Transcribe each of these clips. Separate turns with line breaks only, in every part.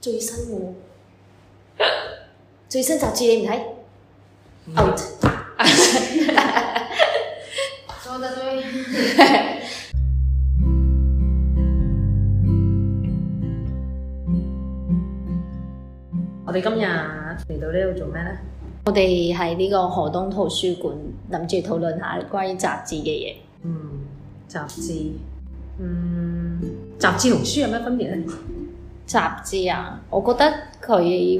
最新嘅喎，最新雜誌你唔睇？out。
說得對。
我哋今日嚟到呢度做咩呢？
我哋喺呢個河東圖書館諗住討論下關於雜誌嘅嘢。
嗯，雜誌，嗯，雜誌同書有咩分別呢？
雜誌啊，我覺得佢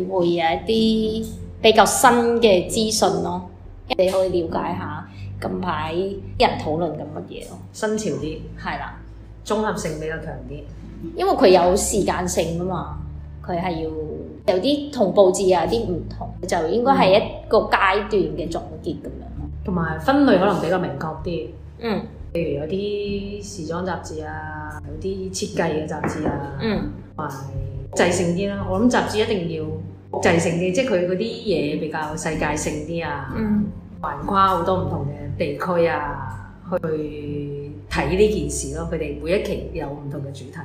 會有一啲比較新嘅資訊咯，你可以了解下近排啲人討論緊乜嘢咯。
新潮啲，
係啦，
綜合性比較強啲。
因為佢有時間性啊嘛，佢係要有啲同報紙啊，有啲唔同，就應該係一個階段嘅總結咁樣咯。
同埋分類可能比較明確啲，
嗯
譬如有啲時裝雜誌啊，有啲設計嘅雜誌啊，
嗯，
同埋國際性啲啦。我諗雜誌一定要國際性啲，即係佢嗰啲嘢比較世界性啲啊，
嗯
橫跨好多唔同嘅地區啊，去睇呢件事咯。佢哋每一期有唔同嘅主題，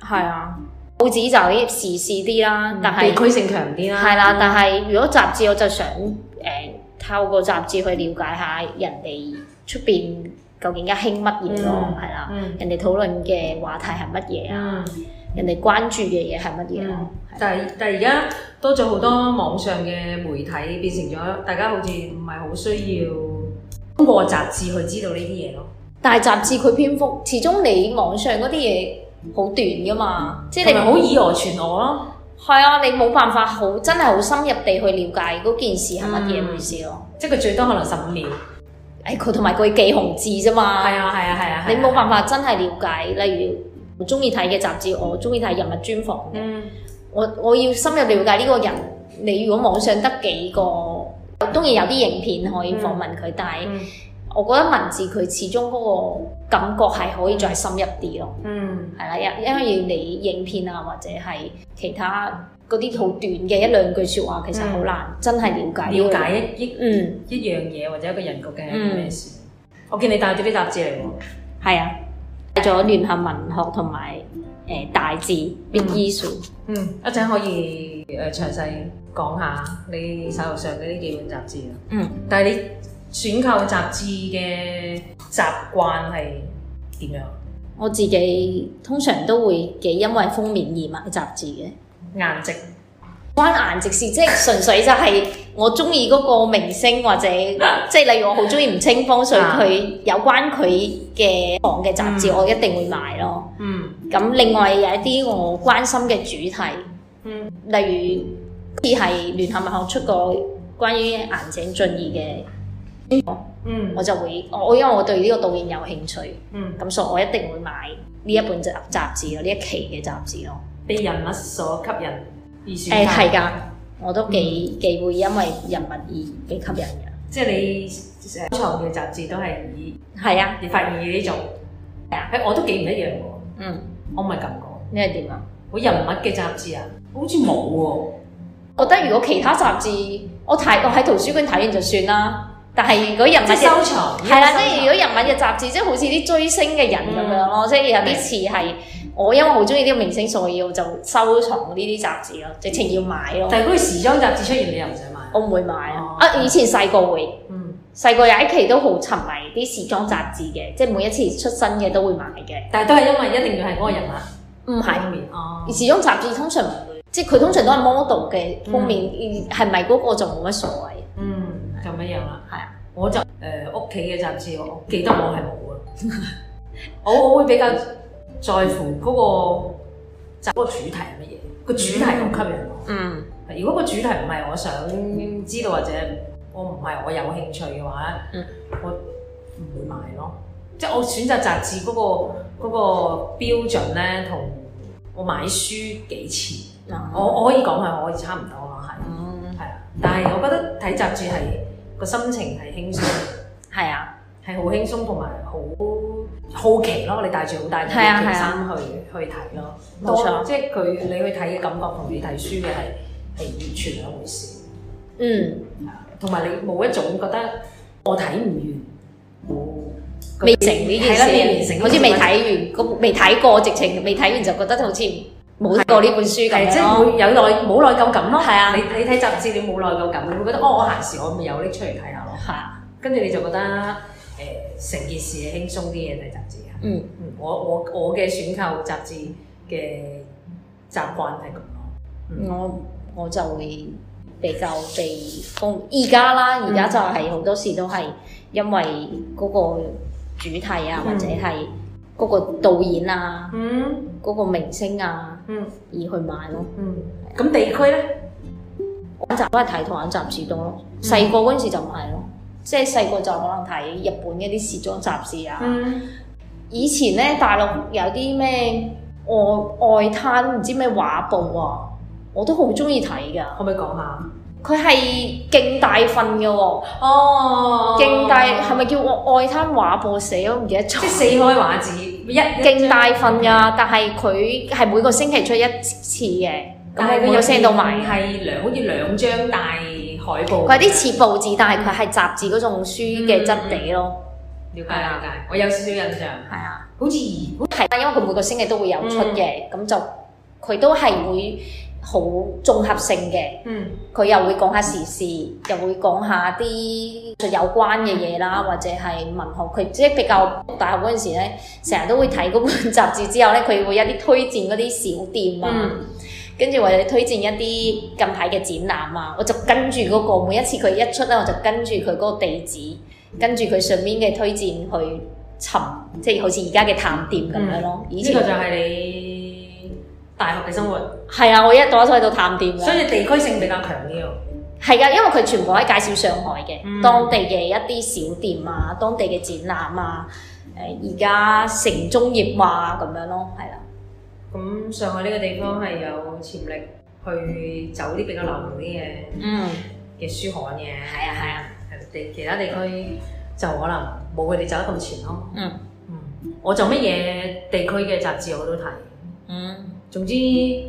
係啊，報紙就時事啲啦，但係
嗯地區性強啲啦。
係啦，但係如果雜誌，我就想誒、呃透過雜誌去了解下人哋出邊究竟而家興乜嘢咯
嗯，
係啦、
嗯
人哋討論嘅話題係乜嘢啊？
嗯。
人哋關注嘅嘢係乜嘢咯？係
但係但係而家多咗好多網上嘅媒體，變成咗大家好似唔係好需要通過雜誌去知道呢啲嘢咯。
但係雜誌佢篇幅，始終你網上嗰啲嘢好短噶嘛，即係
同
你
埋
唔
好以訛傳訛咯。
係啊，你冇辦法好真係好深入地去了解嗰件事係乜
嗯
嘢回事咯。
即係佢最多可能十五秒。
誒佢同埋佢記紅字啫嘛。
係啊係啊係啊！
你冇辦法
法。
真係了解，例如我中意睇嘅雜誌，我中意睇人物專訪嘅，
嗯
我我要深入了解呢個人。你如果網上得幾個，當然有啲影片可以訪問佢，但係
嗯
我覺得文字佢始終嗰個感覺係可以再深入啲咯，
嗯
係啦，因因為你影片啊或者係其他嗰啲好短嘅一兩句説話，其實好難真係了解呢個
嗯了
人
解一一
嗯
一樣嘢或者一個人局嘅係咩事。我見你帶咗啲雜誌嚟喎，
係啊，帶咗聯合文學同埋誒大字 Big
嗯
Issue。
嗯，一陣可以誒詳細講下你手頭上嘅呢幾本雜誌啊。
嗯，
但係你選購雜誌嘅習慣係點樣？
我自己通常都會幾因為封面而買雜誌嘅，
顏值
關顏值事，即係純粹就係我中意嗰個明星或 者即係例如我好中意吳青峰，所以
啊
佢有關佢嘅行嘅雜誌，
嗯
我一定會買咯。
嗯
咁另外有一啲我關心嘅主題，
嗯
例如似係聯合文學出過關於岩井俊二嘅，
嗯
我就會我因為我對呢個導演有興趣，
嗯，
咁所以我一定會買呢一本雜雜誌咯，呢一期嘅雜誌咯。
被人物所吸引而
誒
選
係
購，
㗎，我都幾
嗯
幾會因為人物而被吸引嘅。
即係你收藏嘅雜誌都係以
係啊，
你發現以呢種，
係啊
誒我都幾唔一樣喎，
嗯，
我唔係咁講，
你係點啊？
我人物嘅雜誌啊，好似冇喎，
覺得如果其他雜誌，我睇我喺圖書館睇完就算啦。但係如果人物
即係
嘅
收藏，
係啦，即係如果
果
人物嘅雜誌，即係好似啲追星嘅人咁樣
嗯
咯，即係有啲似係我因為好中意呢個明星，所以我就收藏呢啲雜誌咯，直情要買咯。
但係嗰個時裝雜誌出現，你又唔想買，
我唔會買啊！
哦
啊，以前細個會，
嗯，
細個有一期都好沉迷啲時裝雜誌嘅，即係每一次出新嘅都會買嘅。
但係都係因為一定要係嗰個人物
唔係。
方面，哦
而，時裝雜誌通常唔會，即係佢通常都係 model 嘅封面，而係咪嗰個就冇乜所謂。
嗯，就咁樣啦。
係啊，
我就誒呃屋企嘅雜誌，我記得我係冇啊。 我我會比較在乎嗰、個集嗰個主題係乜嘢，個主題好吸引我。
嗯
如果個主題唔係我想知道或者我唔係我有興趣嘅話咧，
嗯
我唔會買咯。即係我選擇雜誌嗰、個嗰、個標準咧，同我買書幾似。我
哦，
我可以講係可以差唔多咯，係
嗯，
係啊。但係我覺得睇雜誌係個心情係輕鬆。
係啊，
係好輕鬆同埋好好奇咯，你帶住好大嘅
係啊
好奇心去去睇咯，
冇錯
多即係佢你去睇嘅感覺同你睇書嘅係係完全兩回事，
嗯，
同埋你冇一種覺得我睇唔完，冇
未成呢件
係啦未完
事
成，
好似未睇完，個未睇過，直情未睇完就覺得好似冇睇過呢本書咁
係即
樣
係
咯。
會有內冇內疚感咯。
係啊
你你睇雜誌你冇內疚感，你會覺得哦，我閒時我咪有拎出嚟睇下咯。
係啊，
跟住你就覺得誒成、件事係輕鬆啲嘅睇雜誌啊。
嗯，
嗯我我我嘅選購雜誌嘅習慣係咁咯。嗯
我我就會比較被封。而家
嗯
啦，而家就係好多時都係因為嗰個主題啊，
嗯
或者係嗰個導演啊，
嗯
嗰個明星啊，
嗯
而去買咯。
嗯，咁地區咧，
我集都係睇台灣雜誌多咯，細個嗰陣時就買咯，即係細個就可能睇日本一啲時裝雜誌啊。
嗯
以前咧大陸有啲咩外外灘唔知咩畫報啊，我都好中意睇㗎。
可唔可以講下？
佢係勁大份嘅喎，
哦
勁大係咪叫外外灘畫報社？我唔記得咗
即係。四開畫紙一一
勁大份㗎，但係佢係每個星期出一次嘅，咁
但係
我
佢
會有 send 到埋。
係兩好似兩張大海報。
佢有啲似報紙，但係佢係雜誌嗰種書嘅質地咯。
了解
啊
了解，我有少少印象，
係啊。嗯
好似而
係，因為佢每個星期都會有出嘅，咁、就佢都係會好綜合性嘅，
嗯
佢又會講下時事，又會講下啲藝術有關嘅嘢啦，或者係文學。佢即係比較讀大學嗰陣時咧，成日都會睇嗰本 雜誌之後咧，佢會有啲推薦嗰啲小店啊。
嗯
跟住或者推薦一啲近排嘅展覽啊，我就跟住嗰、個，每一次佢一出咧，我就跟住佢嗰個地址，跟住佢上面嘅推薦去尋，即係好似而家嘅探店咁樣咯。以
嗯呢
前
個就係你大學嘅生活，
係啊，我一攞咗喺度探店
所以
嘅，
你地區性比較強啲喎。
係啊噶，因為佢全部喺介紹上海嘅、
嗯
當地嘅一啲小店啊，當地嘅展覽啊，誒而家城中熱話咁樣咯，係啦，
咁上海呢個地方係有潛力去走啲比較流行啲嘅
嗯，
嘅書刊嘅，係
啊係啊，
地其他地區就可能冇佢哋走得咁前咯。
嗯
嗯，我就乜嘢地區嘅雜誌我都睇，
嗯，
總之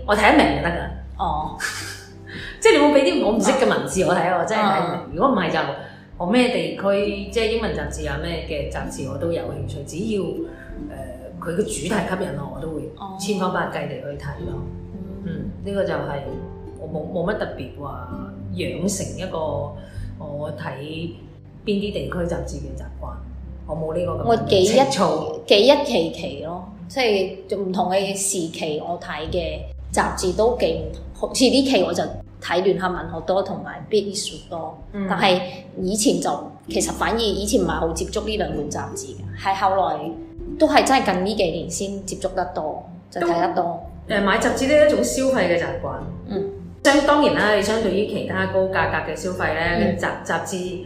我睇得明就得㗎。
哦，
即係你冇俾啲我唔識嘅文字我睇，我真係睇唔
啊
明。如果唔係就我咩地區即係英文雜誌啊咩嘅雜誌我都有興趣，只要誒佢嘅主題吸引我，我都會
哦
千方百計地去睇咯。
嗯
嗯，呢、個就係我冇冇乜特別話養成一個我睇邊啲地區雜誌嘅習慣，我冇呢個咁。
我幾一
情操
幾一期期咯，即係唔同嘅時期我睇嘅雜誌都幾唔同，好似呢期我就睇聯合文學多同埋必書多。
嗯
但係以前就其實反而以前唔係好接觸呢兩本雜誌嘅，係後來都係真係近呢幾年先接觸得多，就睇得多。
誒買雜誌呢一種消費嘅習慣，
嗯，
相當然啦，你相對於其他高價格嘅消費咧，
嗯
雜雜誌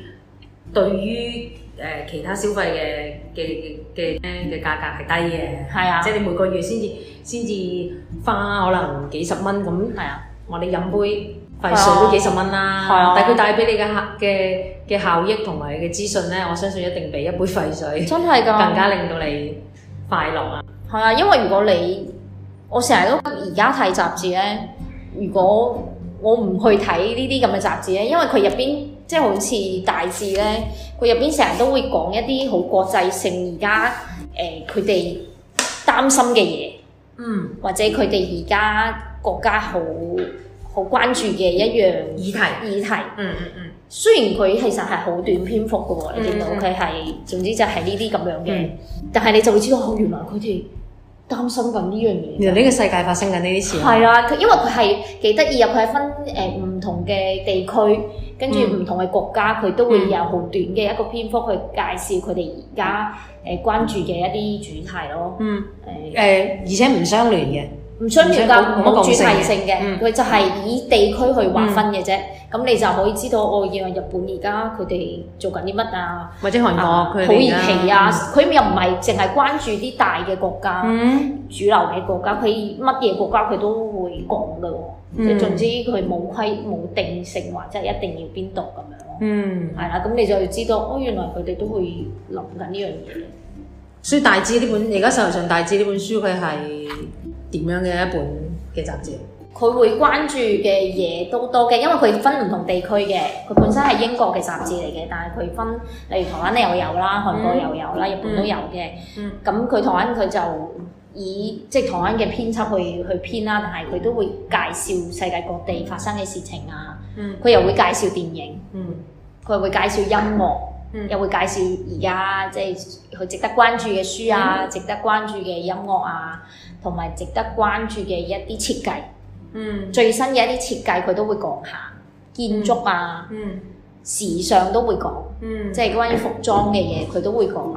對於誒、其他消費嘅嘅嘅嘅嘅價格係低嘅，
係啊
即係你每個月先至先至花可能幾十蚊咁，
係啊，
我哋飲杯廢水都幾十蚊啦，
係啊
但係佢帶俾你嘅效嘅嘅效益同埋嘅資訊咧，我相信一定比一杯廢水
真係㗎，
更加令到你快樂啊！
係啊，因為如果你我成日都覺得而家睇雜誌咧，如果我唔去睇呢啲咁嘅雜誌咧，因為佢入邊即係好似大致咧，佢入邊成日都會講一啲好國際性而家誒佢哋擔心嘅嘢。
嗯，
或者佢哋而家國家好好關注嘅一樣
議題，
議題。
嗯嗯嗯。
雖然佢其實係好短篇幅嘅喎，你見到
嗯嗯
佢係總之就係呢啲咁樣嘅
嗯，
但係你就會知道，哦原來佢哋擔心緊呢樣嘢。
原來呢個世界發生緊呢啲事。
係啊，佢因為佢係幾得意啊，佢係分誒唔同嘅地區，跟住
嗯
唔同嘅國家，佢都會有好短嘅一個篇幅去介紹佢哋而家誒關注嘅一啲主題咯。
嗯。
誒
誒、而且唔相連嘅。
唔相連㗎，
唔
冇主
共性嘅
題性嘅，
嗯
佢、就係以地區去劃分嘅啫。咁、你就可以知道哦，原來日本而家佢哋做緊啲乜啊？
或者韓
啊
國佢哋
土耳其啊
啦，
佢又唔係淨係關注啲大嘅國家、
嗯，
主流嘅國家，佢乜嘢國家佢都會講㗎喎。即係、
嗯
總之佢冇規冇定性話，即係一定要邊度咁樣咯。
嗯，
係啦、咁你就要知道哦，原來佢哋都會諗緊呢樣嘢。
所以大致呢本而家手頭上大致呢本書佢係點樣嘅一本嘅雜誌？
佢會關注嘅嘢都多嘅，因為佢分唔同地區嘅。佢本身係英國嘅雜誌嚟嘅，但係佢分，例如台灣又有啦，韓國又有啦，日本都有嘅。
嗯
咁佢台灣佢就以即係台灣嘅編輯去去編啦，但係佢都會介紹世界各地發生嘅事情啊，
嗯
佢又會介紹電影，
嗯
佢會介紹音樂，
嗯
又會介紹而家即係佢值得關注嘅書啊，值得關注嘅音樂啊，同埋值得關注嘅一啲設計，
嗯
最新嘅一啲設計佢都會講下，建築啊、
嗯
時尚都會講。
嗯，
即係關於服裝嘅嘢，佢都會講。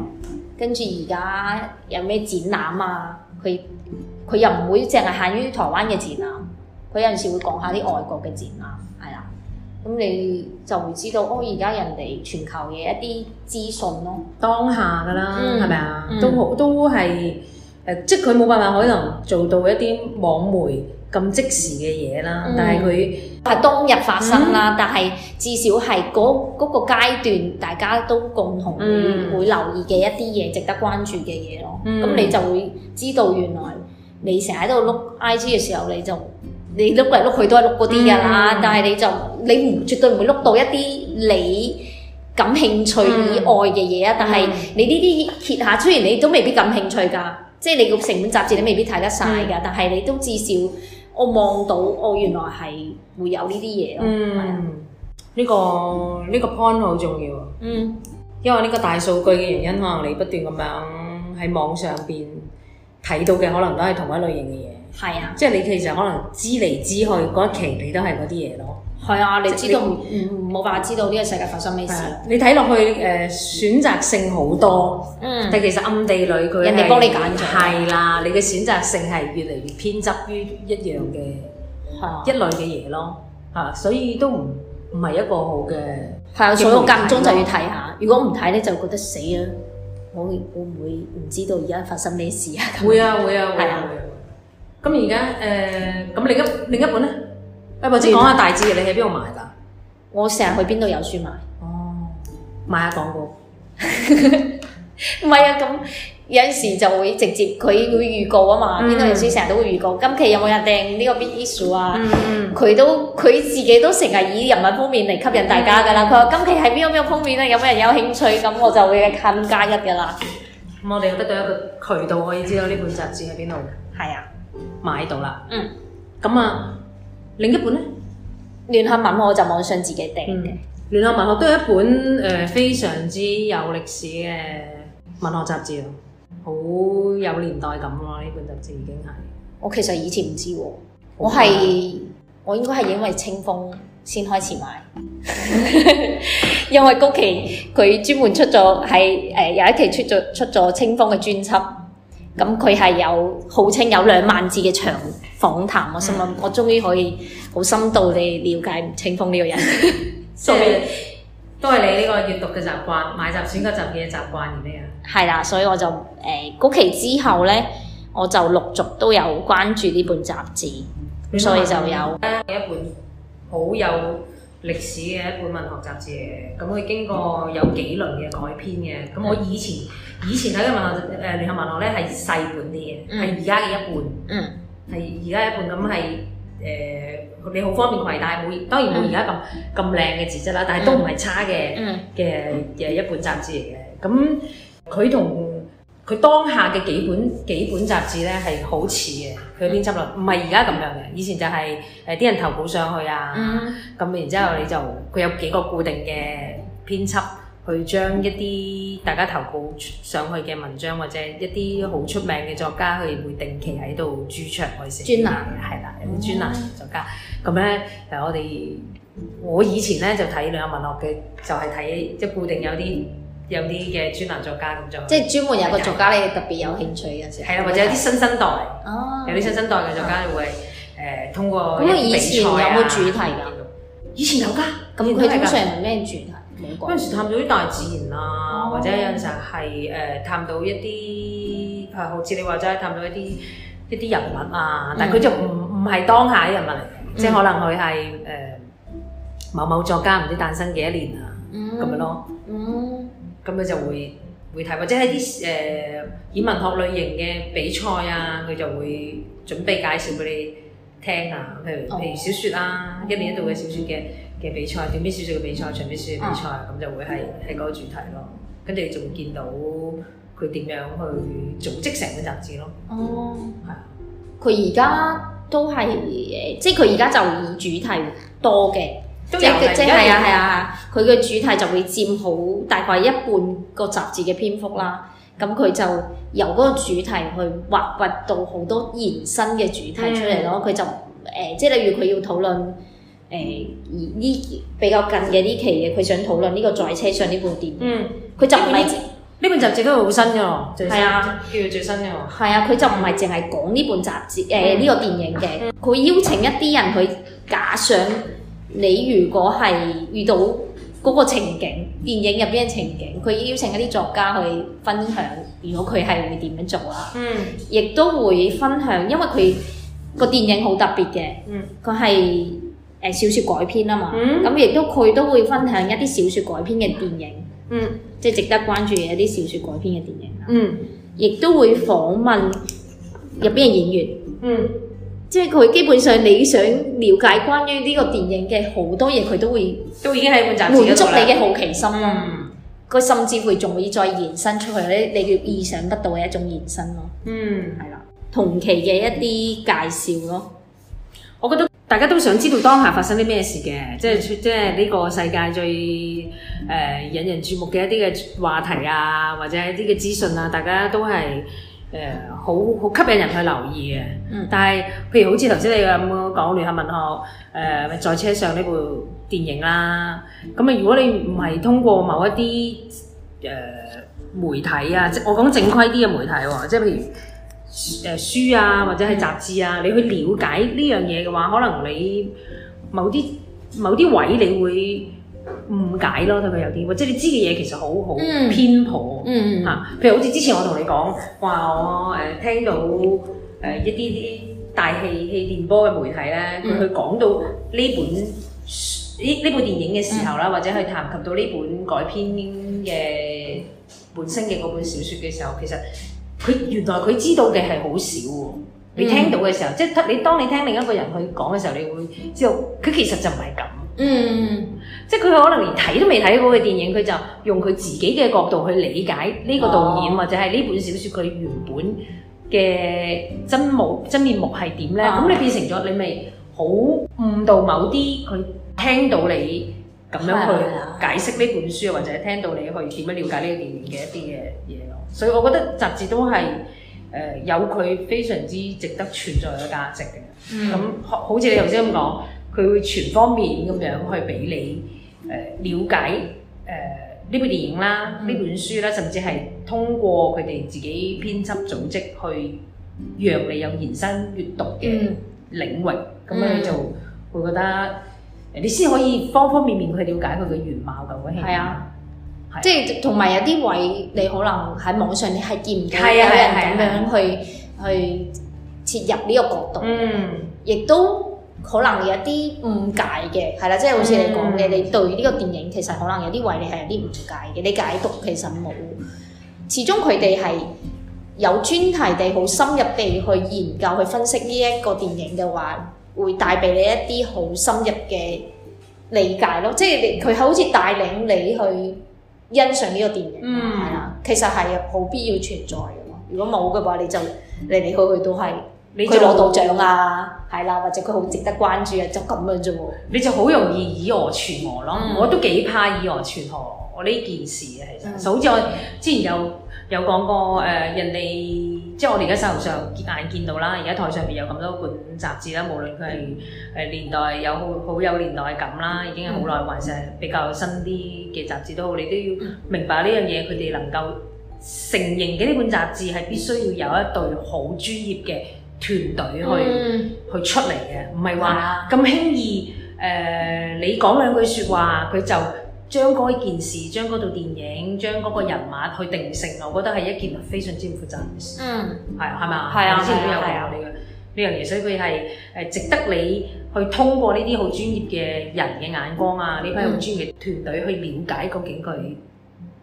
跟住而家有咩展覽啊？佢佢又唔會淨係限於台灣嘅展覽，佢有陣時會講下啲外國嘅展覽，係啦。咁你就會知道哦，而家人哋全球嘅一啲資訊咯。
當下㗎啦，
嗯
係咪啊
嗯？
都好都係誒，即係佢冇辦法可能做到一啲網媒咁即時嘅嘢啦
嗯，
但係佢
係當日發生啦，
嗯
但係至少係嗰嗰個階段，大家都共同會、
嗯
會留意嘅一啲嘢，值得關注嘅嘢咯。咁、
嗯
你就會知道原來你成日喺度碌 IG 嘅時候，你就你碌嚟碌去都係碌嗰啲㗎啦。
嗯
但係你就你唔絕對唔會碌到一啲你感興趣
嗯
以外嘅嘢啊。但係你呢啲揭下，雖然你都未必感興趣㗎，即係你個成本雜誌你未必睇得晒
嗯
㗎，但係你都至少我望到，我原來係會有呢啲嘢咯。係啊
嗯呢個呢個 point 好重要啊。
嗯
因為呢個大數據嘅原因，可能你不斷咁樣喺網上邊睇到嘅，可能都係同一類型嘅嘢。
係啊，
即係你其實可能知嚟知去嗰一期，你都係嗰啲嘢咯。
係啊，你嗯啊
即
知道唔唔冇辦法知道呢個世界發生咩事。
啊你睇落去誒、呃、選擇性好多，
嗯
但其實暗地裏佢
人哋
係
幫你揀咗
係啦，你嘅選擇性係越嚟越偏執於一樣嘅
係啊，
一類嘅嘢咯。嚇、所以都唔唔係一個好嘅。
係啊，所以我間中就要睇下。如果唔睇咧，就覺得死啊！我會會唔會唔知道而家發生咩事啊？ 咁
會啊會啊會
係啊
啊會啊！咁而家誒咁另一另一本咧，誒或者講下大致你喺邊度買㗎？
我成日去邊度有書買？
哦，買下廣告。
唔係啊，咁有陣時就會直接佢會預告啊嘛，
嗯
邊度有書成日都會預告。今期有冇人訂呢個 Big Issue 啊？
嗯
佢都佢自己都成日以人物封面嚟吸引大家噶啦。佢話今期係邊個邊個封面咧，有冇人有興趣？咁我就會冚加一噶啦。
咁我哋又得到一個渠道可以知道呢本雜誌喺邊度
係啊，
買到啦。
嗯。
咁啊，另一本咧，
聯合文我就網上自己訂嘅。
聯合文學都係一本誒、呃非常之有歷史嘅文學雜誌咯，好有年代感咯。呢本雜誌已經係。
我其實以前唔知喎，我係我應該係因為清風先開始買， 因為高奇佢專門出咗係誒有一期出咗出咗清風嘅專輯，咁佢係有號稱有兩萬字嘅長訪談，我心諗我終於可以好深度地了解清風呢個人，
即係都係你呢個閱讀嘅習慣，買雜選個雜嘅習慣而咩啊？
係啦，所以我就誒嗰、期之後呢，我就陸續都有關注呢本雜誌，咁所以就有。
一本好有歷史嘅一本文學雜誌嚟嘅，咁佢經過有幾輪嘅改編嘅。咁我
嗯
以前以前睇嘅文學誒、呃、聯合文學咧係細本啲嘅，
嗯
係而家嘅一半。
嗯。
係而家一半咁係誒，你好方便攜帶，冇當然冇而家咁咁靚嘅紙質啦，但係都唔係差嘅
嗯
嘅嘅一本雜誌嚟嘅。咁佢同佢當下嘅幾本幾本雜誌咧係好似嘅，佢編輯論唔係而家咁樣嘅，以前就係誒啲人投稿上去啊，
嗯
咁、然之後你就佢有幾個固定嘅編輯。去將一啲大家投稿上去嘅文章，或者一啲好出名嘅作家，佢會定期喺度駐場去寫
專欄嗯
係啦，有啲專欄作家。咁咧誒，我哋我以前咧就睇兩個文學嘅，就係睇即係固定有啲有啲嘅專欄作家咁就
即嗯係專門有個作家你特別有興趣嘅時候，
係啦，或者有啲新生代，
哦，
有啲新生代嘅作家會誒通過
嗯咁
一
佢
啲
以
比
前
賽啊
有冇主題㗎？
以前有㗎，
咁
以前
佢
都
通
係㗎
常係咩主題？冇
嗰
講
陣時探到啲大自然啊，
哦
或者有陣時係誒、呃探到一啲誒，啊好似你話齋探到一啲一啲人物啊，但係佢就唔唔係當下啲人物嚟嘅，即係可能佢係誒某某作家唔知誕生幾多年啊咁樣
咁，
咯，
嗯
咁佢就會會睇，或者係啲誒以文學類型嘅比賽啊，佢就會準備介紹俾你聽啊，譬如
哦
譬如小説啊，一年一度嘅小説嘅。嘅比賽，短篇
哦
小説嘅比賽，長篇小説嘅比賽，咁、就會係喺嗰個主題咯。跟住你就會見到誒、佢點樣去組織成個雜誌咯。
哦，
係啊，
佢而家都係誒，即係佢而家就以主題多嘅，
都
即
有
係
嘅
即係
而家
係啊
有
係啊，佢嘅主題就會佔好大概一半個雜誌嘅篇幅啦。咁佢就由嗰個主題去挖掘到好多延伸嘅主題出嚟咯。
嗯
佢、就誒、即係例如佢要討論。誒而呢比較近嘅呢期嘅，佢想討論呢個在車上呢部電影，
嗯。
佢就唔係
呢本雜誌都好新嘅喎，最新
係啊
叫做最新嘅喎。
係啊，佢就唔係淨係講呢本雜誌誒呢、個電影嘅，佢邀請一啲人去假想你如果係遇到嗰個情景，電影入邊嘅情景，佢邀請一啲作家去分享，如果佢係會點樣做啊？
嗯
亦都會分享，因為佢個電影好特別嘅
嗯，
佢係誒小說改編啊嘛，
嗯
咁亦都佢都會分享一啲小說改編嘅電影，
嗯
即係值得關注嘅一啲小說改編嘅電影啦。
嗯
亦都會訪問入邊嘅演員，
嗯
即係佢基本上你想了解關於呢個電影嘅好多嘢，佢都會
都已經喺本雜
滿
誌
足你
嗰度啦。
嘅好奇心咯。
嗯
佢、甚至會仲會再延伸出去咧，你叫意想不到嘅一種延伸咯，
嗯，
係啦。同期嘅一啲介紹咯，
我覺得大家都想知道當下發生啲咩事嘅，即係即係呢個世界最誒、呃引人注目嘅一啲嘅話題啊，或者一啲嘅資訊啊，大家都係誒好好吸引人去留意嘅。
嗯
但係譬如好似頭先你咁講聯合文學誒、呃在車上呢部電影啦，咁啊如果你唔係通過某一啲誒、呃媒體啊，即我講正規啲嘅媒體喎、即係譬如誒、呃書啊或者係雜誌啊，你去了解呢樣嘢嘅話，可能你某啲某啲位你會誤解咯，對佢有啲，或者你知嘅嘢其實好好
嗯
偏頗。
嗯
嚇、譬如好似之前我同你講話，我誒、呃、聽到誒、呃一啲啲大氣氣電波嘅媒體咧，佢
嗯
去講到呢本書呢呢部電影嘅時候啦，或者去談及到呢本改編嘅本身嘅嗰本小説嘅時候，其實佢原來佢知道嘅係好少喎。你
嗯
聽到嘅時候，即係你當你聽另一個人去講嘅時候，你會知道佢其實就唔係咁。
嗯
即係佢可能連睇都未睇過嘅電影，佢就用佢自己嘅角度去理解呢個導演、
哦
或者係呢本小説佢原本嘅真模真面目係點咧？咁、
啊
你變成咗你咪好誤導某啲佢聽到你咁
係
樣
啊
去解釋呢本書，或者聽到你去點樣了解呢個電影嘅一啲嘅嘢咯。所以我覺得雜誌都係誒、呃有佢非常之值得存在嘅價值嘅。
嗯
咁好好似你頭先咁講，佢會全方面咁樣去俾你誒、呃了解誒呢、部電影啦、
嗯
呢、本書啦，甚至係通過佢哋自己編輯組織去讓你有延伸閱讀嘅
嗯
領域，咁、
嗯
你就會覺得呃你先可以方方面面去了解佢嘅原貌究竟係點
係啊
係
即係同埋有啲位你可能喺網上你係見唔到有
係啊係啊
人咁樣去去切入呢個角度。
嗯
亦都可能有一啲誤解嘅，係啦，即係好似你講嘅，
嗯
你對呢個電影其實可能有啲位你係有啲誤解嘅，你解讀其實冇，始終佢哋係有專題地好深入地去研究去分析呢一個電影嘅話，會帶俾你一啲好深入嘅理解咯，即係你佢好似帶領你去欣賞呢個電影，
嗯
係啦、其實係好必要存在嘅咯，如果冇嘅話，你就嚟嚟去去都係。
你
佢
就
攞到獎啊，係啦，或者佢好值得關注啊，就咁樣啫喎。
你就好容易以訛傳訛咯。
嗯
我都幾怕以訛傳訛，我呢件事啊，其實
嗯
就好似我之前有有講過誒、呃人哋即係我哋而家手上見眼見到啦，而家台上面有咁多本雜誌啦，無論佢
嗯
係誒呃年代有好好有年代感啦，已經係好耐，還是係比較新啲嘅雜誌都好，你都要
嗯
明白呢樣嘢，佢哋能夠承認嘅呢本雜誌係必須要有一隊好專業嘅團隊去。
嗯，
去出嚟嘅，唔係
係
話
啊，
咁輕易誒、呃你講兩句説話，佢就將嗰件事、將嗰套電影、將嗰個人物去定性，我覺得係一件非常之唔負責任嘅事，
嗯，
係係咪啊？
係啊
我之前都有
係啊
講過呢個呢樣嘢，所以佢係誒值得你去通過呢啲好專業嘅人嘅眼光啊，呢批好專業嘅團隊去了解究竟佢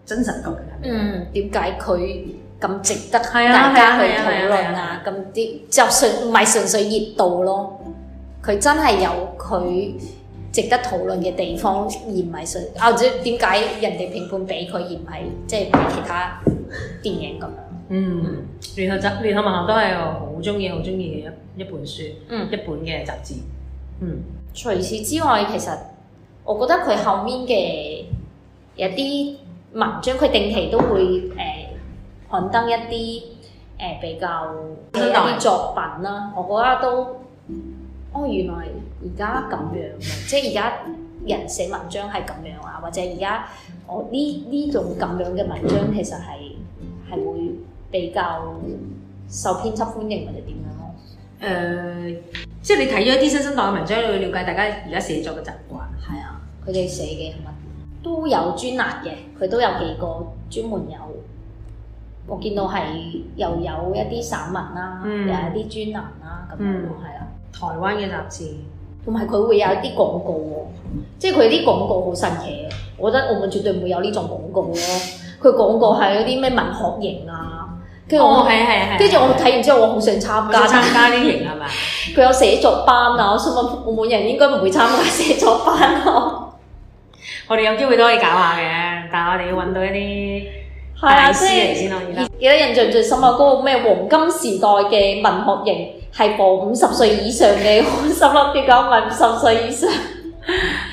真實究竟係咩。
嗯，點解佢咁值得
係啊
大家去
係啊係啊
討論啊？咁啲就純唔係純粹熱度咯，佢真係有佢值得討論嘅地方，而唔係純啊唔知點解人哋評判俾佢，而唔係即係俾其他電影咁樣。
嗯，聯合雜聯合文學都係我好中意、好中意嘅一一本書，
嗯
一本嘅雜誌。嗯，
除此之外，其實我覺得佢後面嘅有啲文章，佢定期都會誒、呃刊登一啲誒、呃比較一
真係
啲作品啦。我覺得都哦，原來而家咁樣嘅，即係而家人寫文章係咁樣啊，或者而家我呢呢種咁樣嘅文章其實係係會比較受編輯歡迎或者點樣咯。
誒、呃即係你睇咗一啲新生代嘅文章，你會了解大家而家寫作嘅習慣。
係啊，佢哋寫嘅係乜都有專欄嘅，佢都有幾個專門有。我見到係又有一啲散文啦，
嗯
又有一啲專欄啦，咁樣
嗯
咯係啦。啊
台灣嘅雜誌，
同埋佢會有一啲廣告喎、即係佢啲廣告好神奇嘅。我覺得澳門絕對唔會有呢種廣告咯。佢廣告係嗰啲咩文學型啊，跟住我，
哦，係啊係啊係啊。
跟住我睇完之後，我好想參
我想
加。
參加呢型係咪？
佢有寫作班啊，我想問澳門人應該唔會參加寫作班咯、
我哋有機會都可以搞下嘅，但係我哋要揾到一啲
係啊，
大
即
師嚟
係。
先可以
而
啦。
記得印象最深啊，嗰、個咩黃金時代嘅文學型係播五十歲以上嘅，我心諗點解唔係五十歲以上？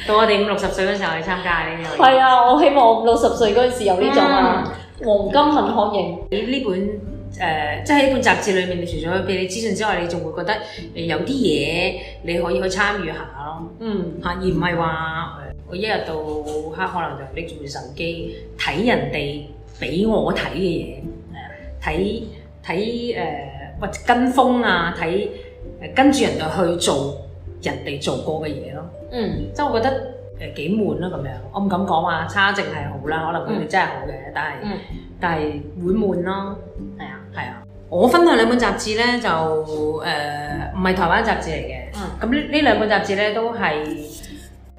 到我哋五六十歲嗰時候，我哋參加下呢啲。
係啊，我希望我五六十歲嗰陣時有呢種啊，黃金文學型。
你呢本誒、呃即係喺呢本雜誌裏面，你除咗俾你資訊之外，你仲會覺得誒有啲嘢你可以去參與下咯
嗯，
嚇，而唔係話呃我一日到黑可能就拎住部手機睇人哋俾我睇嘅嘢，呃睇睇誒或者跟風啊，睇誒跟住人哋去做人哋做過嘅嘢咯。
嗯，
即係我覺得誒幾悶啦咁樣，我唔敢講話差淨係好啦，可能佢哋真係好嘅，但係、
嗯
但係會悶咯，
係啊，
係啊。我分享兩本雜誌咧就誒唔係台灣雜誌嚟嘅，
嗯
咁呢呢兩本雜誌咧都係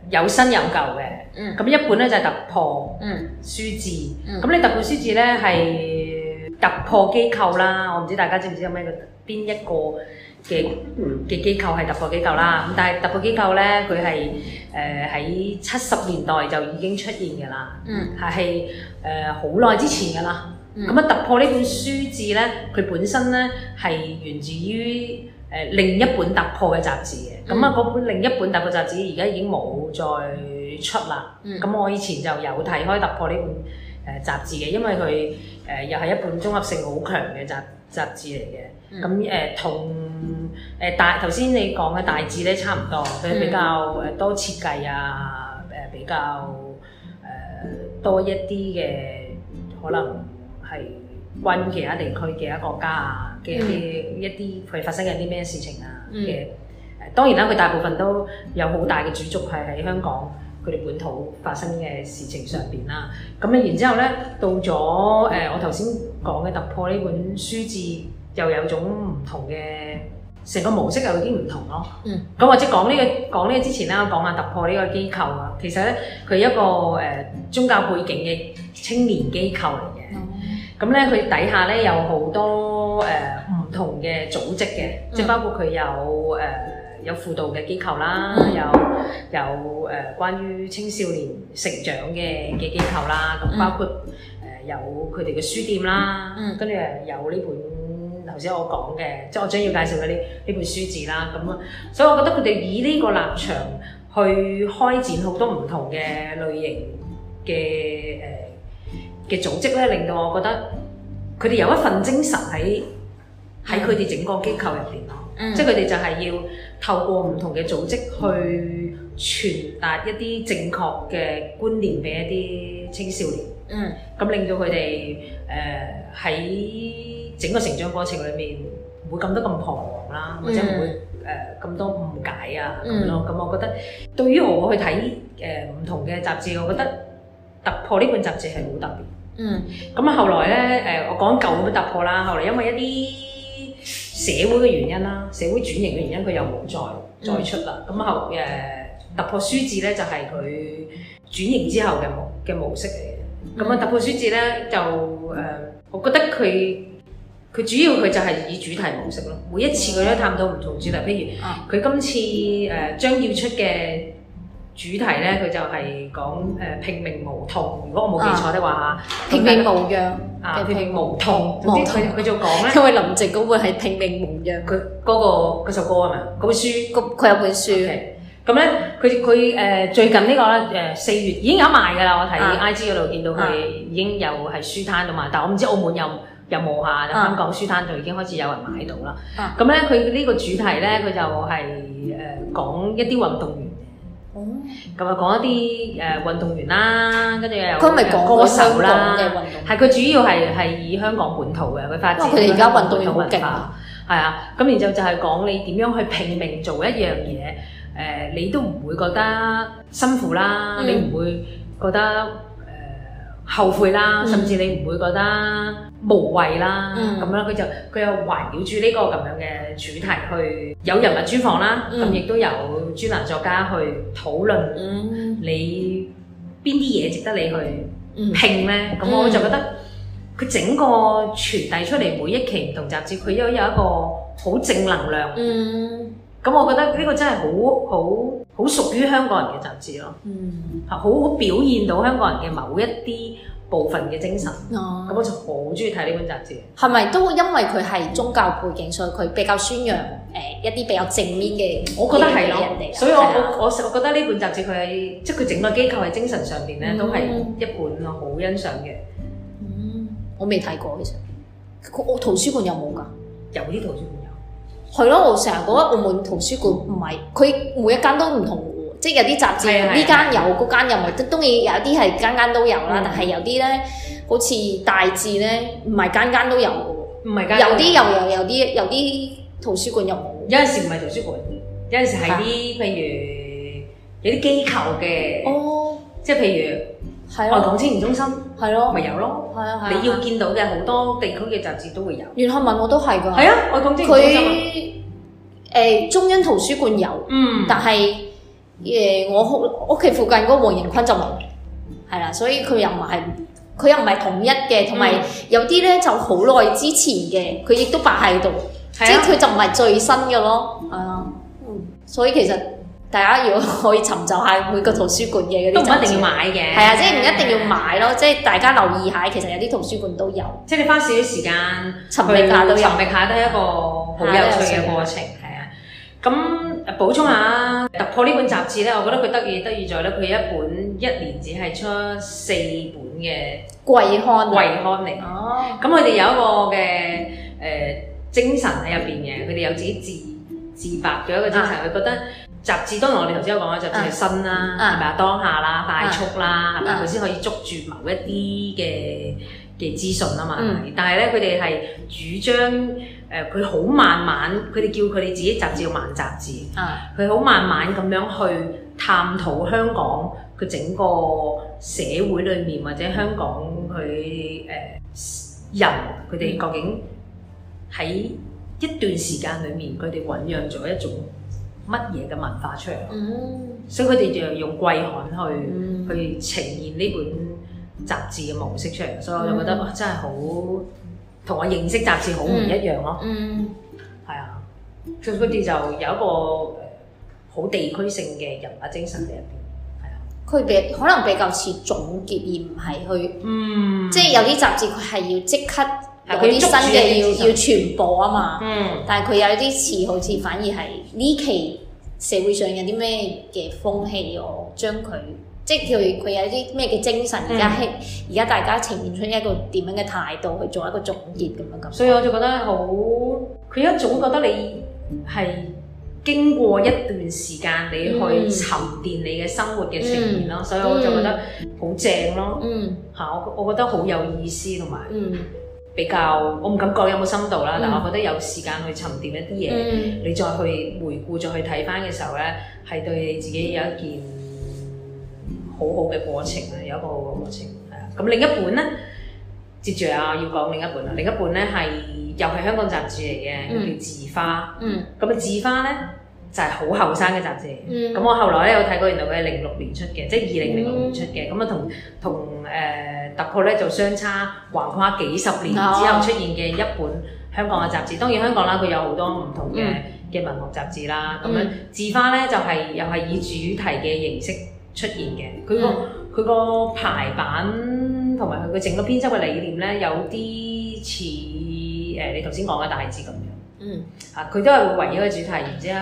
有新有舊嘅，
嗯
咁一本咧就係突破
嗯
書字，
嗯
咁你突破書字咧係突破機構啦，我唔知大家知唔知有咩叫邊一個嘅嘅機構係突破機構啦，咁但係突破機構咧佢係誒喺七十年代就已經出現㗎啦，
嗯
係誒好耐之前㗎啦。
嗯
咁啊、突破呢本書字咧，佢本身咧係源自於誒、呃另一本突破嘅雜誌嘅。咁
嗯
啊、嗰本另一本突破雜誌而家已經冇再出啦。
嗯
咁、我以前就有睇開突破呢本誒、呃、雜誌嘅，因為佢誒、呃又係一本綜合性好強嘅雜雜誌嚟嘅。
嗯
咁誒、呃同誒大頭先你講嘅大致咧差唔多，佢
嗯
比較誒多設計啊，誒、比較誒、呃多一啲嘅可能係關於其他地區嘅一個國家啊嘅一啲、一啲佢發生緊啲咩事情啊
嗯
嘅誒、當然啦，佢大部分都有好大嘅主軸係喺香港。佢哋本土發生嘅事情上邊啦，咁咧然之後咧，到咗誒、呃我頭先講嘅突破呢本書字，又有種唔同嘅成個模式又已經唔同咯。
嗯。
咁或者講呢、個講呢個之前啦，我講下突破呢個機構啊，其實咧佢一個誒、呃宗教背景嘅青年機構嚟嘅。咁咧佢底下咧有好多誒唔、同嘅組織嘅，即係
嗯
包括佢有誒、有輔導嘅機構啦，
嗯
有有誒、關於青少年成長嘅嘅機構啦，咁
嗯
包括誒、呃有佢哋嘅書店啦
嗯，
跟住、有呢本頭先我講嘅，即係我將要介紹嘅呢呢本書字啦，咁啊，所以我覺得佢哋以呢個立場去開展好多唔同嘅類型嘅誒。嘅組織咧，令到我覺得佢哋有一份精神喺喺佢哋整個機構入邊咯，
嗯
即係佢哋就係要透過唔同嘅組織去傳達一啲正確嘅觀念俾一啲青少年，
嗯
咁令到佢哋誒喺整個成長過程裏面唔會咁多咁彷徨啦，或者唔會誒咁多誤解啊咁咯。咁我覺得對於我去睇誒唔同嘅雜誌，我覺得突破呢本雜誌係好特別。
嗯
咁啊，後來咧，誒、我講舊咁突破啦。後來因為一啲社會嘅原因啦，社會轉型嘅原因，佢又冇再再出啦。咁、後誒、突破書字咧，就係佢轉型之後嘅模嘅模式嚟嘅。
嗯
咁啊，突破書字咧就誒、呃我覺得佢佢主要佢就係以主題模式咯。
嗯
每一次佢都探討唔同主題，譬如呃
啊
佢今次誒、將要出嘅主題咧，佢就係講誒拼命無痛。如果我冇記錯的話嚇，
啊拼命無恙，
啊
拼
拼命無痛。
無痛
總之佢佢就講咧，
因為林夕嗰本係拼命無恙，
佢嗰個嗰首歌係咪啊？嗰本書。
佢佢有本書，
OK，咁咧，佢佢誒最近呢、個咧誒呃四月已經有得賣㗎啦，我睇
啊
I G 嗰度見到
啊
佢已經有係書攤度賣，但我唔知澳門有有冇嚇，但
啊
香港書攤就已經開始有人買到啦
啊。
咁咧、佢呢個主題咧，佢就係、誒、講一啲運動員。咁啊，講一啲誒、運動員啦，跟住又有呃
佢咪講
歌
過香
手
港
啦，
嘅運動。
係佢主要係係以香港本土嘅佢發展。
因為佢哋而家運動員好勁
文化係啊，咁然之後就係講你點樣去拼命做一樣嘢，誒、你都唔會覺得辛苦啦，
嗯
你唔會覺得誒、後悔啦，
嗯
甚至你唔會覺得無謂啦，
嗯
咁樣佢就佢又圍繞住呢個咁樣嘅主題去有人物專訪啦，
嗯
咁亦都有專欄作家去討論
嗯
你邊啲嘢值得你去。
嗯
拼咧，咁
嗯
我就覺得佢整個傳遞出嚟每一期唔同雜誌，佢都有一個好正能量。
嗯
咁我覺得呢個真係好好好屬於香港人嘅雜誌咯，
嗯，
好好表現到香港人嘅某一啲部分嘅精神。
哦
咁我就好中意睇呢本雜誌。
係咪都因為佢係宗教背景，所以佢比較宣揚誒、一啲比較正面嘅，
我覺得係
人哋
咯，
啊
所以我
係啊
我我我覺得呢本雜誌佢喺即係佢整個機構喺精神上邊咧，都係
嗯
一本我好欣賞嘅。
嗯，我未睇過其實，佢我圖書館有冇㗎？
有啲圖書館有，
係咯，我成日覺得澳門圖書館唔係佢每一間都唔同喎，即係有啲雜誌
係啊係啊
呢間有，嗰間有，即當然有啲係間間都有啦，
嗯
但係有啲咧好似大致咧唔係間間都有嘅
唔
喎，
係間
有啲又有，有啲有啲圖書館又冇。
有陣時唔係圖書館，有陣時係啲譬如有啲機構嘅，
哦，
即係譬
係
如外
咯，
港青年中心
係咯，
咪有咯。
係啊，係啊
哦你要見到嘅好多地區嘅雜誌都會有。
袁漢文我都係㗎，
係啊，外港青年中心啊。
佢誒中央圖書館有，
嗯，
但係誒、我屋屋企附近嗰個黃盈坤就冇，係啦，所以佢又唔係佢又唔係統一嘅，同
嗯
埋有啲咧就好耐之前嘅，佢亦都擺喺度，即
係
係
啊，
佢就唔係最新嘅咯，係啊，嗯所以其實大家如果可以尋找下每個圖書館嘅嗰啲
都唔一
雜誌
定要買嘅。
係啊，即係唔一定要。買咯，即係大家留意下，其實有啲圖書館都有，
即係你花少少時間
尋覓下都
去
有
尋。覓下都係一個好有趣嘅過程，係啊。咁誒補充下突破呢本雜誌咧，我覺得佢得意得意在咧，佢一本一年只係出四本嘅
季刊啊
季刊嚟。
哦，
咁佢哋有一個嘅誒、呃精神喺入邊嘅，佢哋有自己自自白嘅一個精神，佢、覺得雜誌當然我哋頭先有講啦，雜誌係新啦，
啊
係咪啊當下啦、快速啦，係咪
啊
佢先可以捉住某一啲嘅嘅資訊啊嘛？
嗯
係咪但係咧，佢哋係主張誒佢好慢慢，佢哋叫佢哋自己雜誌叫慢雜誌，
啊，
佢好慢慢咁樣去探討香港佢整個社會裏面或者香港佢誒、呃人佢哋究竟喺一段時間裏面佢哋醖釀咗一種乜嘢嘅文化出嚟，
嗯，
所以佢哋就用季刊去、
嗯
去呈現呢本雜誌嘅模式出嚟，所以我就覺得、
嗯
哇真係好同我認識雜誌好唔一樣咯。
嗯，
係啊，佢佢哋就有一個呃好地區性嘅人物精神喺入邊，係啊，
佢比可能比較似總結，而唔係去，
嗯
即係有啲雜誌佢係要即刻有
係
啲
佢
新
捉住
嘅
你
要要傳播啊嘛，
嗯
但係佢有啲似好似反而係呢期社會上有啲咩嘅風氣，我將佢。即係佢佢有啲咩嘅精神，而家
嗯
係而家大家呈現出一個點樣嘅態度去做一個總結咁樣咁。
所以我就覺得好，佢一種覺得你係經過一段時間，你去
嗯
沉澱你嘅生活嘅呈現咯，所以我就覺得好正咯
嗯
嚇，我我覺得好有意思同埋
嗯
比較，我唔敢講有冇深度啦，但
嗯
我覺得有時間去沉澱一啲嘢。
嗯
你再去回顧、再去睇翻嘅時候咧，係對你自己有一件好好嘅過程啊，有一個好嘅過程係啊。咁另一本咧，接住啊，要講另一本啦。另一本咧係又係香港雜誌嚟嘅，
嗯
叫《字花》。
嗯
咁啊，《字花》咧就係好後生嘅雜誌嚟嘅。
嗯
咁我後來咧有睇過，原來佢係零六年出嘅，即係二零零六年出嘅。咁啊，同同誒突破咧就相差橫跨
啊
幾十年之後出現嘅一本香港嘅雜誌。當然香港啦，佢有好多唔同嘅嘅文學雜誌啦。咁樣
嗯
字花咧就係、又係以主題嘅形式出現嘅。佢
嗯
個佢個排版同埋佢嘅整個編輯嘅理念咧，有啲似誒你頭先講嘅大致咁樣。
嗯
啊，佢都係會圍繞個主題，然之後誒、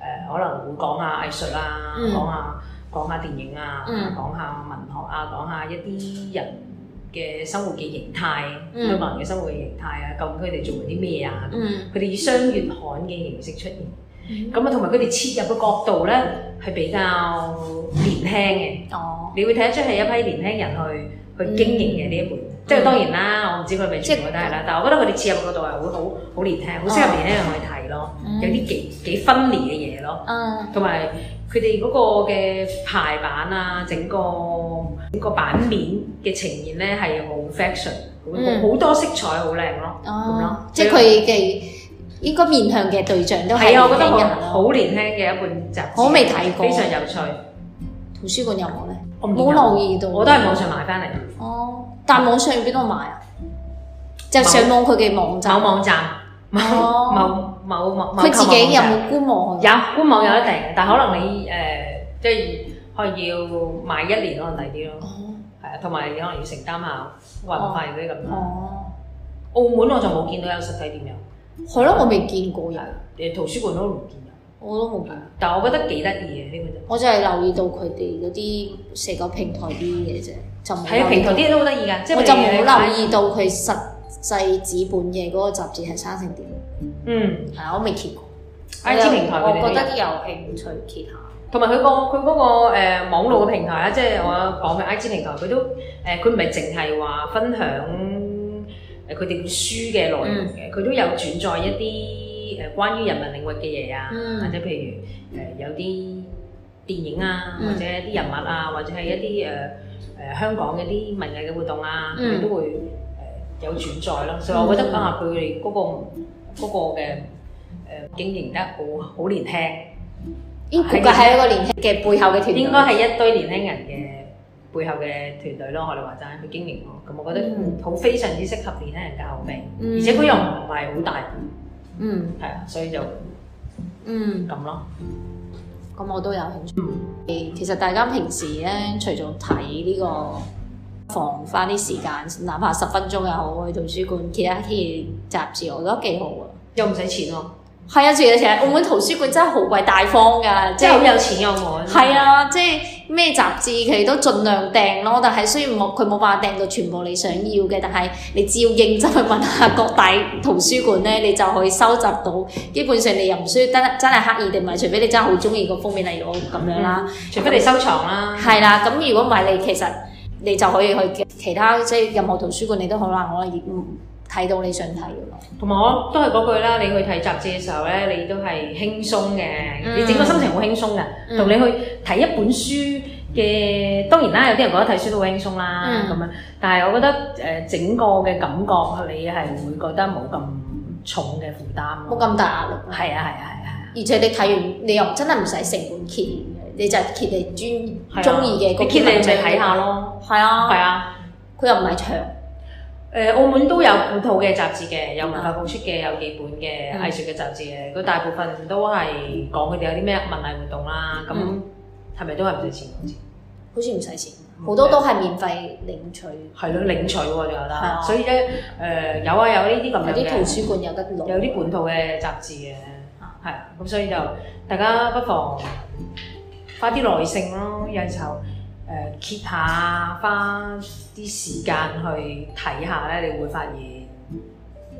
呃可能會講下藝術啊，
嗯
講下講下電影啊，
嗯
講下文學啊，講下一啲人嘅生活嘅形態，
嗯
香港人嘅生活嘅形態啊，究竟佢哋做緊啲咩啊？
嗯
佢哋以雙月刊嘅形式出現，
嗯
咁啊，同埋佢哋切入嘅角度咧係比較年輕嘅。
哦，
你會睇得出係一批年輕人去
嗯
去經營嘅呢一本，即係當然啦，我唔知佢係咪全部都係啦，但係我覺得佢哋切入嗰度係會好好年輕，好
哦
適合年輕人去睇咯，有啲幾幾分裂嘅嘢咯，
嗯
同埋佢哋嗰個嘅排版啊，整個整個版面嘅呈現咧係好 fashion，
嗯
好好多色彩，好靚咯，咁
哦
咯，
即係佢嘅應該面向嘅對象都係
係啊，我覺得
年輕人
好
咯。
好年輕嘅一本雜誌，
我未睇過
非常有趣，
圖書館有冇咧？
我唔見
冇
有
留意到。
我都係網上買翻嚟，
哦，但網上要邊度買啊？就上網佢嘅網站
某。網站。某
哦，
某某某某
佢自己有
購
冇官
物網
網？啊
站有官網有得訂，但可能你誒、呃即係可能要買一年可能抵啲咯，
哦
係啊，同埋你可能要承擔下運費嗰啲咁。
哦，
澳門我就冇見到有實體店
係咯，我未見過
有
人，，
誒圖書館都唔見有，
我都冇見過。
但係我覺得幾得意嘅呢個
我就係留意到佢哋嗰啲成個平台啲嘢啫，就冇
就係啊，
留意
平
到
台啲嘢都好得意㗎，即係
我就冇
譬如你買
留意到佢實際紙本嘅嗰個雜誌係生成點，
嗯
係啊，我未見過。
I G 平台佢哋
我
都
覺
有
得有興趣揭下。
同埋佢個佢嗰個誒網絡嘅平台啊，即係我講嘅 I G 平台，佢都誒佢唔係淨係話分享誒佢哋本書嘅內容
嗯
嘅，佢、都有轉載一啲誒呃關於人文領域嘅嘢啊，
嗯
或者譬如誒、呃有啲電影啊，
嗯
或者一啲人物啊，或者係一啲誒誒香港嘅啲文藝嘅活動啊，佢
嗯
哋都會誒、有轉載咯，所以我覺得
嗯
啊，佢哋嗰個嗰、個嘅誒、經營得好好年輕。
英國嘅係一個年輕嘅背後嘅團隊。
應該係一堆年輕人嘅背後嘅團隊咯，我哋話齋去經營咯。咁我覺
嗯
得好非常之適合年輕人嘅口味，
嗯
而且佢又唔係好大，
嗯
係啊，所以就
嗯，
咁咯。
咁我都有興趣。嗯其實大家平時咧，除咗睇呢個。防翻啲時間，哪怕十分鐘又好，去圖書館揭一揭雜誌，我覺得幾好啊！
又唔使錢喎，
係啊，仲有其實澳門圖書館真係好鬼大方㗎，即
即係好
係
有錢嘅我。
係，啊，即係咩雜誌佢都盡量訂咯，但係雖然冇佢冇辦法訂到全部你想要嘅，但係你只要認真去問下各大圖書館咧，你就可以收集到。基本上你又唔需要真真係刻意定買，除非你真係好中意個封面，例如我咁樣啦，
除非你收藏啦。
係啦、咁如果唔係你其實你就可以去其他即係任何圖書館，你都好難可以嗯睇到你想睇嘅咯。
同埋我都係嗰句啦，你去睇雜誌嘅時候咧，你都係輕鬆嘅，
嗯
你整個心情好輕鬆嘅。
嗯
同你去睇一本書嘅，當然啦，有啲人覺得睇書都好輕鬆啦
嗯
咁、樣，但係我覺得誒、呃整個嘅感覺，你係會覺得冇咁重嘅負擔
冇
咯。
咁大壓力咯。
係啊係啊係啊
而且你睇完，你又真係唔使成本揭嘅，你就係揭你
係啊，
專中意嘅
你
嗰
揭
篇
你咪
文章
睇下。咯，
係啊，
係啊。
佢又唔係長，
誒、澳門都有本土嘅雜誌嘅，有文化部出嘅，有幾本嘅
嗯
藝術嘅雜誌嘅，佢大部分都係講佢哋有啲咩文藝活動啦，咁
嗯
係咪都係唔使錢好似？
好似唔使錢，
嗯
好多都係免費領取，
係咯，領取喎仲有
啊
得，所以咧誒、有啊有呢啲咁樣
有
嘅
啲圖書館有得攞。
有啲本土嘅雜誌嘅，係啊咁所以就大家不妨花啲耐性咯，有時候誒揭下，花啲時間去睇下咧，你會發現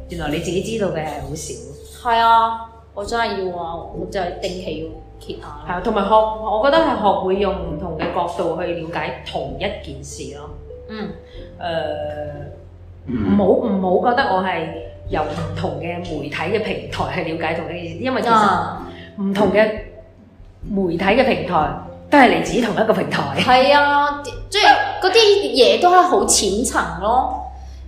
原來你自己知道嘅係好少，
係啊，我真係要啊，我就係定期要揭下
係
啦。
啊，同埋學我覺得係學會用唔同嘅角度去了解同一件事咯。
嗯
誒唔好唔好覺得我係由唔同嘅媒體嘅平台去了解同呢件事，因為其實
啊，
唔同嘅媒體嘅平台都係嚟自同一個平台。
係啊，即係嗰啲嘢都係好淺層咯。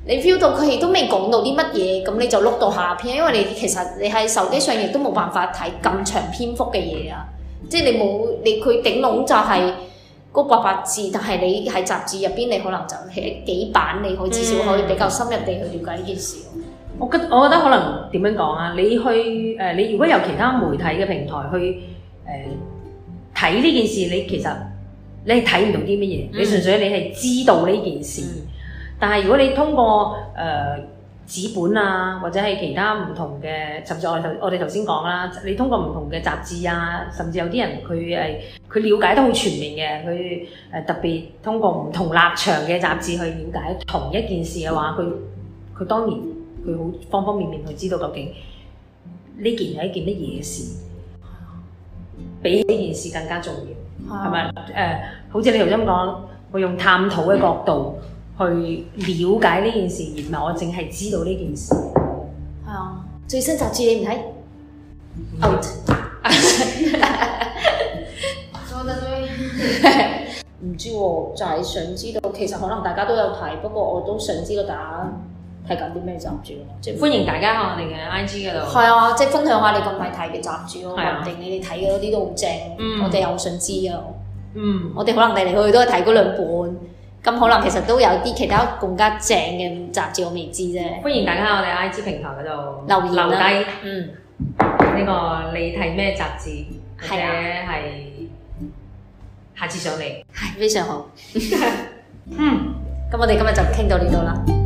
你 feel 到佢哋都未講到啲乜嘢，咁你就碌到下篇，因為你其實你喺手機上亦都冇辦法睇咁長篇幅嘅嘢啊，即係你冇你佢頂籠就係嗰八百字，但係你喺雜誌入邊，你可能就係幾版，你可以至少可以比較深入地去了解呢件事咯。
我覺我覺得可能點樣講啊？你去誒、呃你如果有其他媒體嘅平台去誒睇呢件事，你其實你係睇唔到啲乜嘢，
嗯
你純粹你係知道呢件事。但係如果你通過誒、呃、紙本啊，或者係其他唔同嘅，甚至我哋頭我哋頭先講啦，你通過唔同嘅雜誌啊，甚至有啲人佢係佢了解得好全面嘅，佢誒、呃特別通過唔同立場嘅雜誌去了解同一件事嘅話，佢佢當然佢好方方面面去知道究竟呢件係一件乜嘢事，比呢件事更加重要。係咪？誒、好似你頭先咁講，我用探討嘅角度去了解呢件事，而唔係我淨係知道呢件事。
係啊，最新雜誌你唔睇？out
说的对，
唔知喎，就係想知道，其實可能大家都有睇，不過我都想知道大家睇緊啲咩雜誌咯。即係
歡迎大家喺我哋嘅 IG 嗰度。
係啊，即係分享下你近排睇嘅雜誌咯，
係啊
話唔定你哋睇嘅嗰啲都好正，
嗯
我哋又好想知啊。
嗯，
我哋可能嚟嚟去去都係睇嗰兩本，咁可能其實都有啲其他更加正嘅雜誌我未知啫。
歡迎大家喺我哋 IG 平台嗰度
留言啦
留低
嗯，
呢個你睇咩雜誌，或者
係啊
係下次上嚟。
係非常好。
嗯。
嗯咁我哋今日就傾到呢度啦，